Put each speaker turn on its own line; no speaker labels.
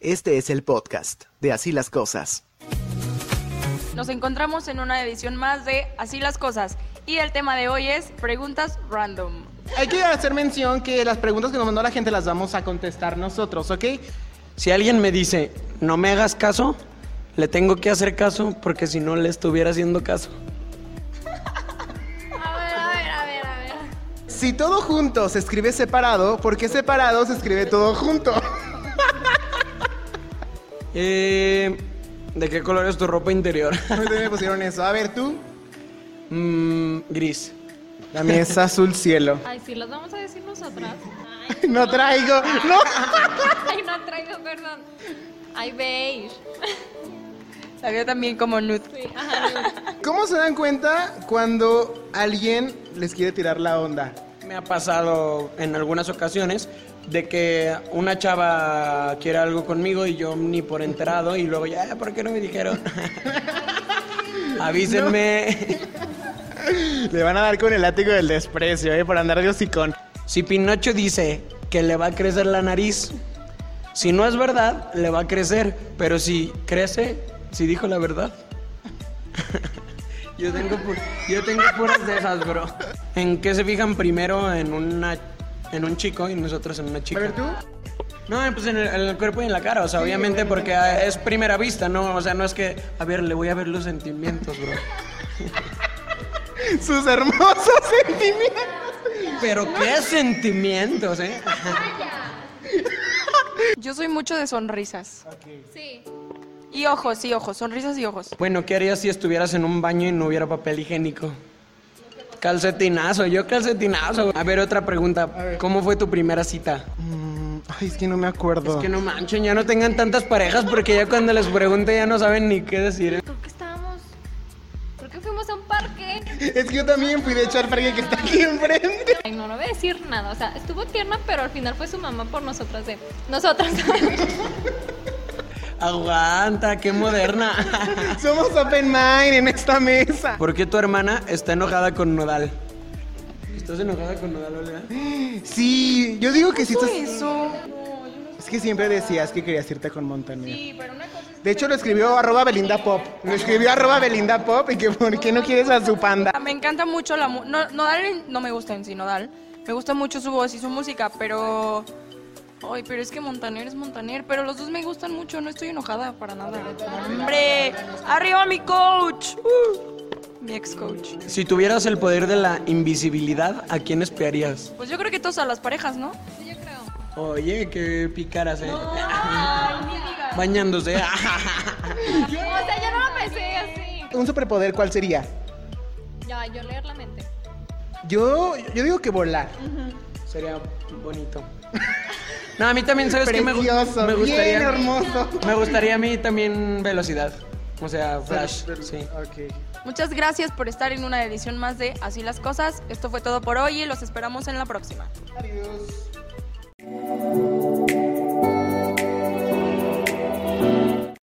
Este es el podcast de Así las Cosas.
Nos encontramos en una edición más de Así las Cosas y el tema de hoy es preguntas random.
Hay que hacer mención que las preguntas que nos mandó la gente las vamos a contestar nosotros, ¿ok?
Si alguien me dice, no me hagas caso, le tengo que hacer caso porque si no le estuviera haciendo caso.
A ver, a ver, a ver, a ver.
Si todo junto se escribe separado, ¿por qué separado se escribe todo junto?
Eh, ¿De qué color es tu ropa interior?
Ustedes me pusieron eso. A ver, tú.
Mm, gris.
La mía es azul cielo.
Ay, sí, los vamos a decir nosotras. Ay,
No traigo. No.
ay, no traigo, perdón. Ay, beige.
Salió también como nude.
Sí, ajá,
¿Cómo se dan cuenta cuando alguien les quiere tirar la onda?
Me ha pasado en algunas ocasiones de que una chava quiere algo conmigo y yo ni por enterado y luego ya, "Ah, ¿por qué no me dijeron? Avísenme.
Le van a dar con el látigo del desprecio, ¿eh? Por andar de hocicón.
Si Pinocho dice que le va a crecer la nariz, si no es verdad, le va a crecer, pero si crece, si dijo la verdad. yo, tengo pu- yo tengo puras de esas, bro. ¿En qué se fijan primero en una en un chico y nosotros en una
A
chica?
ver, tú.
No, pues en el, en el cuerpo y en la cara, o sea, obviamente porque ah, es primera vista, ¿no? O sea, no es que, a ver, le voy a ver los sentimientos, bro.
Sus hermosos sentimientos.
Pero qué sentimientos, ¿eh?
Yo soy mucho de sonrisas.
sí.
Y ojos, sí, ojos, sonrisas y ojos.
Bueno, ¿qué harías si estuvieras en un baño y no hubiera papel higiénico? Calcetinazo, yo calcetinazo. A ver, otra pregunta. ¿Cómo fue tu primera cita?
Mm, Ay, es que no me acuerdo.
Es que no manchen, ya no tengan tantas parejas porque ya cuando les pregunte ya no saben ni qué decir.
Creo que estábamos. Creo que fuimos a un parque.
Es que yo también fui de echar alguien que está aquí enfrente.
Ay, no, no voy a decir nada. O sea, estuvo tierna, pero al final fue su mamá por nosotras de. Nosotras.
Aguanta, qué moderna.
Somos open mind en esta mesa.
¿Por qué tu hermana está enojada con Nodal? ¿Estás enojada con Nodal, Olga?
Sí, yo digo que sí estás.
Eso.
Es que siempre decías que querías irte con Montaner.
pero una cosa
De hecho, lo escribió arroba Belinda Pop. Lo escribió arroba Belinda Pop y que por qué no quieres a su panda.
Ah, Me encanta mucho la mu- no, Nodal en- no me gusta en sí, Nodal. Me gusta mucho su voz y su música, pero. Ay, pero es que Montaner es Montaner, pero los dos me gustan mucho, no estoy enojada para nada. ¡Hombre! ¡Arriba mi coach! Uh, mi ex coach.
Si tuvieras el poder de la invisibilidad, ¿a quién espiarías?
Pues yo creo que todas a las parejas, ¿no?
Sí, yo creo.
Oye, qué picaras, eh. Bañándose.
O sea, yo no lo pensé así.
Un superpoder, ¿cuál sería?
Ya, yo leer la mente.
Yo, yo digo que volar.
Sería bonito. No, a mí también, ¿sabes qué? Me, gu-
Precioso,
me
bien
gustaría.
hermoso.
me gustaría a mí también velocidad. O sea, flash, sí.
Ok.
Muchas gracias por estar en una edición más de Así las Cosas. Esto fue todo por hoy y los esperamos en la próxima.
Adiós.